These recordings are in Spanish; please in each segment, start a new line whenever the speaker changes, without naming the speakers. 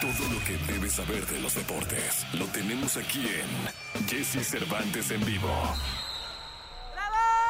Todo lo que debes saber de los deportes lo tenemos aquí en Jesse Cervantes en vivo.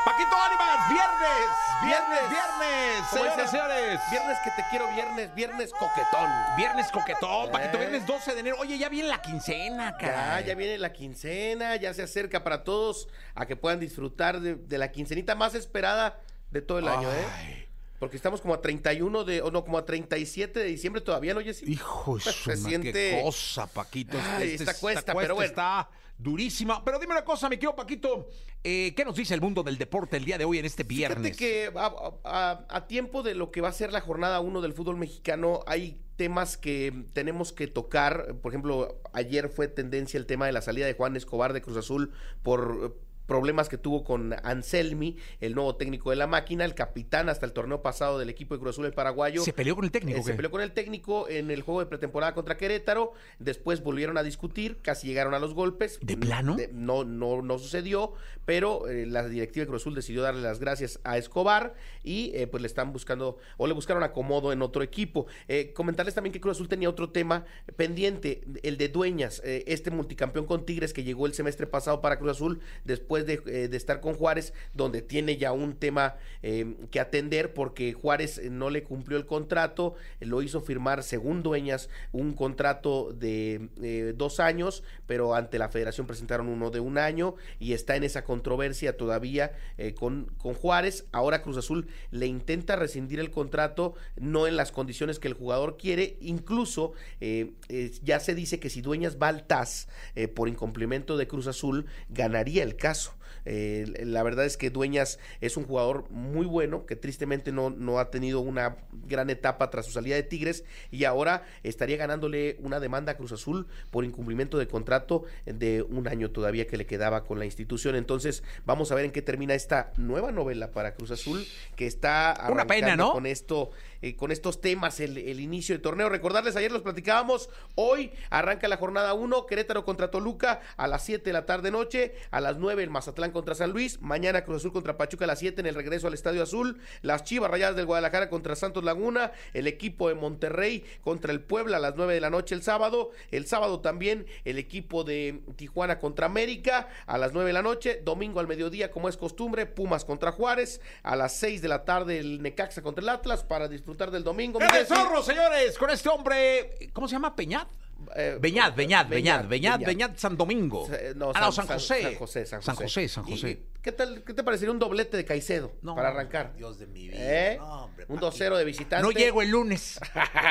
Paquito Ánimas, viernes, viernes, viernes,
¿Cómo dicen,
señores.
señores?
Viernes que te quiero, viernes, viernes coquetón.
Viernes coquetón, Paquito,
Eh.
viernes 12 de enero. Oye, ya viene la quincena,
Ya,
Ah, caray.
ya viene la quincena, ya se acerca para todos a que puedan disfrutar de, de la quincenita más esperada de todo el año, ¿eh?
Ay,
Porque estamos como a 31 de, o no, como a 37 de diciembre todavía, ¿no, Jessy?
Hijo de su madre,
Se siente-
qué cosa, Paquito. Este,
Ay, esta cuesta, pero bueno.
Está durísima. Pero dime una cosa, mi querido Paquito. eh, ¿Qué nos dice el mundo del deporte el día de hoy en este
Fíjate
viernes?
que a, a- a tiempo de lo que va a ser la jornada 1 del fútbol mexicano, hay temas que tenemos que tocar. Por ejemplo, ayer fue tendencia el tema de la salida de Juan Escobar de Cruz Azul por eh, problemas que tuvo con Anselmi, el nuevo técnico de la máquina, el capitán hasta el torneo pasado del equipo de Cruz Azul, el paraguayo.
¿Se peleó con el técnico?
Eh, se
qué?
peleó con el técnico en el juego de pretemporada contra Querétaro. Después volvieron a discutir, casi llegaron a los golpes.
¿De
Mm,
plano?
no, no, no sucedió, pero eh, la directiva de Cruz Azul decidió darle las gracias a Escobar y eh, pues le están buscando o le buscaron acomodo en otro equipo. Eh, comentarles también que Cruz Azul tenía otro tema pendiente, el de Dueñas, eh, este multicampeón con Tigres que llegó el semestre pasado para Cruz Azul después de, eh, de estar con Juárez, donde tiene ya un tema eh, que atender porque Juárez eh, no le cumplió el contrato, eh, lo hizo firmar según Dueñas un contrato de eh, dos años, pero ante la federación presentaron uno de un año y está en esa controversia todavía eh, con, con Juárez. Ahora Cruz Azul le intenta rescindir el contrato, no en las condiciones que el jugador quiere. Incluso eh, eh, ya se dice que si Dueñas va al TAS eh, por incumplimiento de Cruz Azul, ganaría el caso. Eh, la verdad es que Dueñas es un jugador muy bueno, que tristemente no, no ha tenido una gran etapa tras su salida de Tigres y ahora estaría ganándole una demanda a Cruz Azul por incumplimiento de contrato de un año todavía que le quedaba con la institución. Entonces vamos a ver en qué termina esta nueva novela para Cruz Azul que está
Una pena,
arrancando
¿no?
con esto, eh, con estos temas, el, el inicio de torneo. Recordarles, ayer los platicábamos, hoy arranca la jornada 1, Querétaro contra Toluca a las 7 de la tarde noche, a las 9 el Mazatlán contra San Luis, mañana Cruz Azul contra Pachuca a las 7 en el regreso al Estadio Azul, las Chivas Rayadas del Guadalajara contra Santos Laguna, el equipo de Monterrey contra el Puebla a las 9 de la noche el sábado, el sábado también el equipo de Tijuana contra América a las 9 de la noche, domingo al mediodía como es costumbre, Pumas contra Juárez, a las 6 de la tarde el Necaxa contra el Atlas para disfrutar del domingo. mi
¡Gana el
Jessy.
zorro, ¡Eh, señores! Con este hombre, ¿cómo se llama? Peñat.
Eh,
Beñat, Beñat, Beñat, Beñat,
Beñat.
Beñat, San Domingo.
Eh, no,
ah, no, San, José.
San José, San José.
San
¿Y-
José.
y ¿Qué, tal, ¿Qué te parecería un doblete de Caicedo
No,
para arrancar?
Dios de mi vida.
¿Eh?
No, hombre,
un
Paquito.
2-0 de visitante.
No llego el lunes.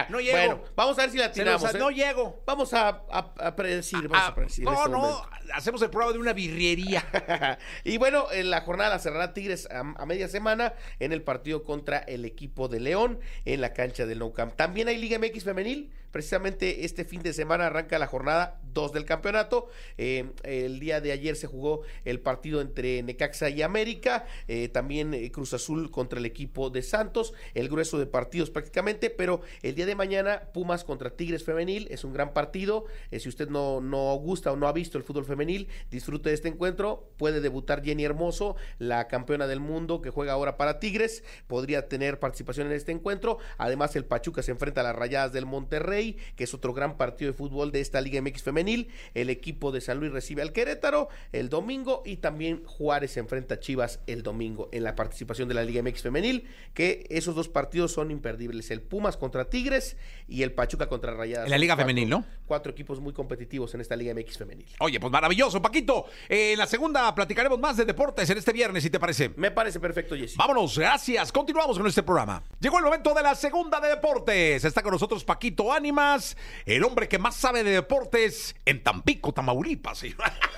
No llego.
Bueno, vamos a ver si la ¿eh?
Se los-
tiramos.
No llego.
Vamos a, a- a predecir. Vamos
Ah,
a predecir
no,
este
no,
momento.
hacemos el programa de una birriería.
y bueno, en la jornada la cerrará Tigres a, a media semana en el partido contra el equipo de León en la cancha del Nou Camp. También hay Liga MX femenil. Precisamente este fin de semana arranca la jornada 2 del campeonato. Eh, el día de ayer se jugó el partido entre Necaxa y América. Eh, también eh, Cruz Azul contra el equipo de Santos. El grueso de partidos prácticamente. Pero el día de mañana Pumas contra Tigres femenil. Es un gran partido. Eh, si usted no, no gusta o no ha visto el fútbol femenil, disfrute de este encuentro. Puede debutar Jenny Hermoso, la campeona del mundo que juega ahora para Tigres. Podría tener participación en este encuentro. Además, el Pachuca se enfrenta a las Rayadas del Monterrey, que es otro gran partido de fútbol de esta Liga MX femenil. El equipo de San Luis recibe al Querétaro el domingo y también Juárez se enfrenta a Chivas el domingo en la participación de la Liga MX femenil, que esos dos partidos son imperdibles. El Pumas contra Tigres y el Pachuca contra Rayadas.
En la Liga
Cuatro-
Femenil, ¿no?
Cuatro equipos muy competitivos en esta Liga MX femenil.
Oye, pues maravilloso, Paquito. Eh, en la segunda platicaremos más de deportes en este viernes, si te parece.
Me parece perfecto, Jesse.
Vámonos, gracias. Continuamos con este programa. Llegó el momento de la segunda de deportes. Está con nosotros Paquito Ánimas, el hombre que más sabe de deportes en Tampico, Tamaulipas. señor.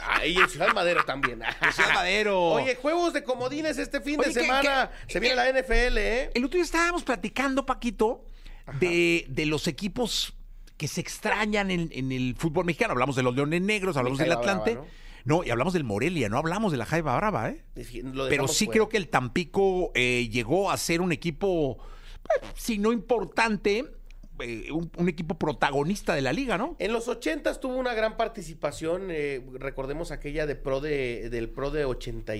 Ahí en Ciudad Madero también.
Ciudad Madero.
Oye, juegos de comodines este fin
Oye,
de
¿qué-
semana.
qué-
Se viene la NFL, ¿eh?
El otro día estábamos platicando, Paquito, de, de los equipos que se extrañan en, en el fútbol mexicano. Hablamos de los Leones Negros, hablamos
Mi
del
Jaiba
Atlante.
Brava,
¿no? y hablamos del Morelia, no hablamos de la Jaiba Brava, ¿eh?
Lo
Pero
dejamos
sí
fuera.
creo que el Tampico eh, llegó a ser un equipo, pues, si no importante, eh, un, un equipo protagonista de la liga, ¿no?
En los 80 tuvo una gran participación, eh, recordemos aquella de pro de, del Pro de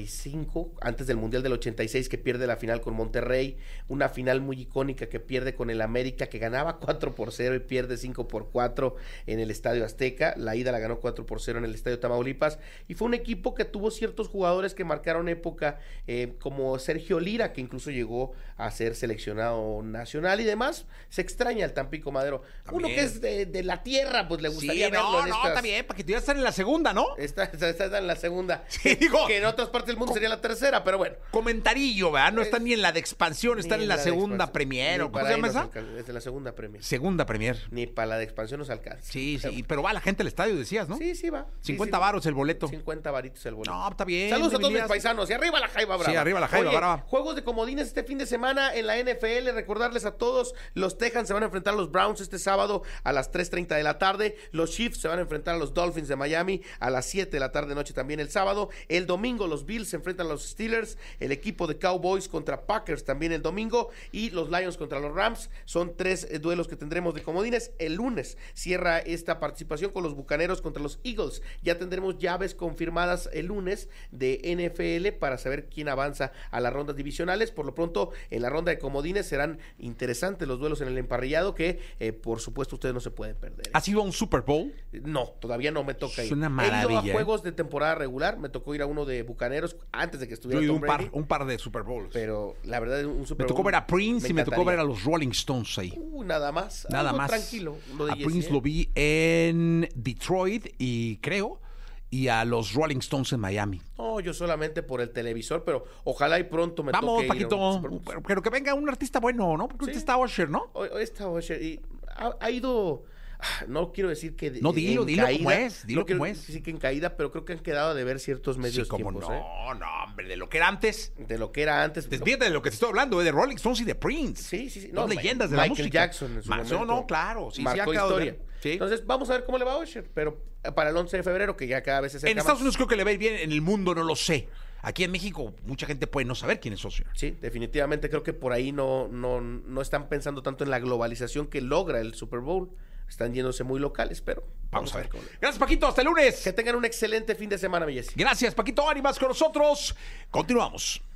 85, antes del Mundial del 86 que pierde la final con Monterrey, una final muy icónica que pierde con el América que ganaba 4 por 0 y pierde 5 por 4 en el Estadio Azteca, la ida la ganó 4 por 0 en el Estadio Tamaulipas y fue un equipo que tuvo ciertos jugadores que marcaron época eh, como Sergio Lira que incluso llegó a ser seleccionado nacional y demás, se extraña el Tampico Madero, uno
También.
que es de, de la tierra, pues le gustaría
sí,
verlo
no,
en
no,
estas- Eh,
está bien, para que te estar en la segunda, ¿no?
Esta, esta- esta es la segunda.
Sí, digo.
Que en otras partes del mundo sería la tercera, pero bueno.
Comentarillo, ¿verdad? No están ni en la de expansión,
Ni
están en la,
de
segunda
expansión.
Premier.
Ni
¿o ¿Cómo
para
se
ahí
llama
nos
esa?
alcanza, Es de la segunda Premier.
Segunda Premier.
Ni para la de expansión nos alcanza.
Sí, sí,
Pero-
y- pero va la gente al estadio, decías, ¿no?
Sí, sí va. Sí,
50
sí va.
varos el boleto.
50 varitos el boleto.
No, está bien,
Saludos a todos mis
deberías.
paisanos. Y arriba la Jaiba Brava.
Sí, arriba la jaiba
Oye,
brava.
Juegos de comodines este fin de semana en la NFL. Recordarles a todos, los Texans se van a enfrentar a los Browns este sábado a las 3.30 de la tarde. Los Chiefs se van a enfrentar a los Dolphins de Miami a las 7 de la tarde noche también el sábado. El domingo los Bills se enfrentan a los Steelers. El equipo de Cowboys contra Packers también el domingo. Y los Lions contra los Rams. Son tres eh, duelos que tendremos de comodines. El lunes cierra esta participación con los Bucaneros contra los Eagles. Ya tendremos llaves confirmadas el lunes de NFL para saber quién avanza a las rondas divisionales. Por lo pronto, en la ronda de comodines serán interesantes los duelos en el emparrillado que, eh, por supuesto, ustedes no se pueden perder. ¿eh?
¿Has ido a un Super Bowl?
No, todavía no me toca
Es
ir.
una
He ido
maravilla,
a
¿eh?
juegos de temporada regular. Me tocó ir a uno de Bucaneros antes de que
Yo
estuviera
he ido a
Tom
un par,
Brady,
un par de Super Bowls.
Pero la verdad es un super
me tocó
Bowl
ver a Prince y me tocó
encantaría.
ver a los Rolling Stones ahí.
Uh, nada más.
Nada
algo
más.
Tranquilo. Lo de
a
Jesse,
Prince
¿eh?
lo vi en Detroit y creo, y a los Rolling Stones en Miami.
No, yo solamente por el televisor, pero ojalá y pronto me
Vamos,
toque ir a un
Paquito.
Super Bowl.
Pero, pero que venga un artista bueno, ¿no? Porque
Sí.
ahorita está Usher, ¿no?
O- o Esta Usher, y ha, ha ido. ah, No quiero decir que. de-
No, dilo,
en
dilo como
caída,
es, dilo
no quiero
como es.
decir que en caída, pero creo que han quedado de ver ciertos medios
sí, como
tiempos, ¿eh?
no, no, hombre, de lo que era antes.
De lo que era antes. lo-
Desvíate de lo que te estoy hablando, eh, de Rolling Stones y de Prince.
Sí, sí, sí.
Dos
Ma-
leyendas de la
Michael
música.
Jackson en su
Ma- no,
momento.
no, claro, sí, sí, ha
Marcó
quedado
historia.
bien. Sí.
Entonces, vamos a ver cómo le va a Usher. Pero eh, para el 11 de febrero, que ya cada vez se acerca
en
más.
Estados Unidos creo que le va a ir bien, en el mundo no lo sé. Aquí en México mucha gente puede no saber quién es Usher.
Sí, definitivamente creo que por ahí no, no, no están pensando tanto en la globalización que logra el Super Bowl. Están yéndose muy locales, pero
Vamos, a ver.
cómo le-
Gracias, Paquito. Hasta el lunes.
Que tengan un excelente fin de semana, mi Jessy.
Gracias, Paquito Ánimas, con nosotros. Continuamos.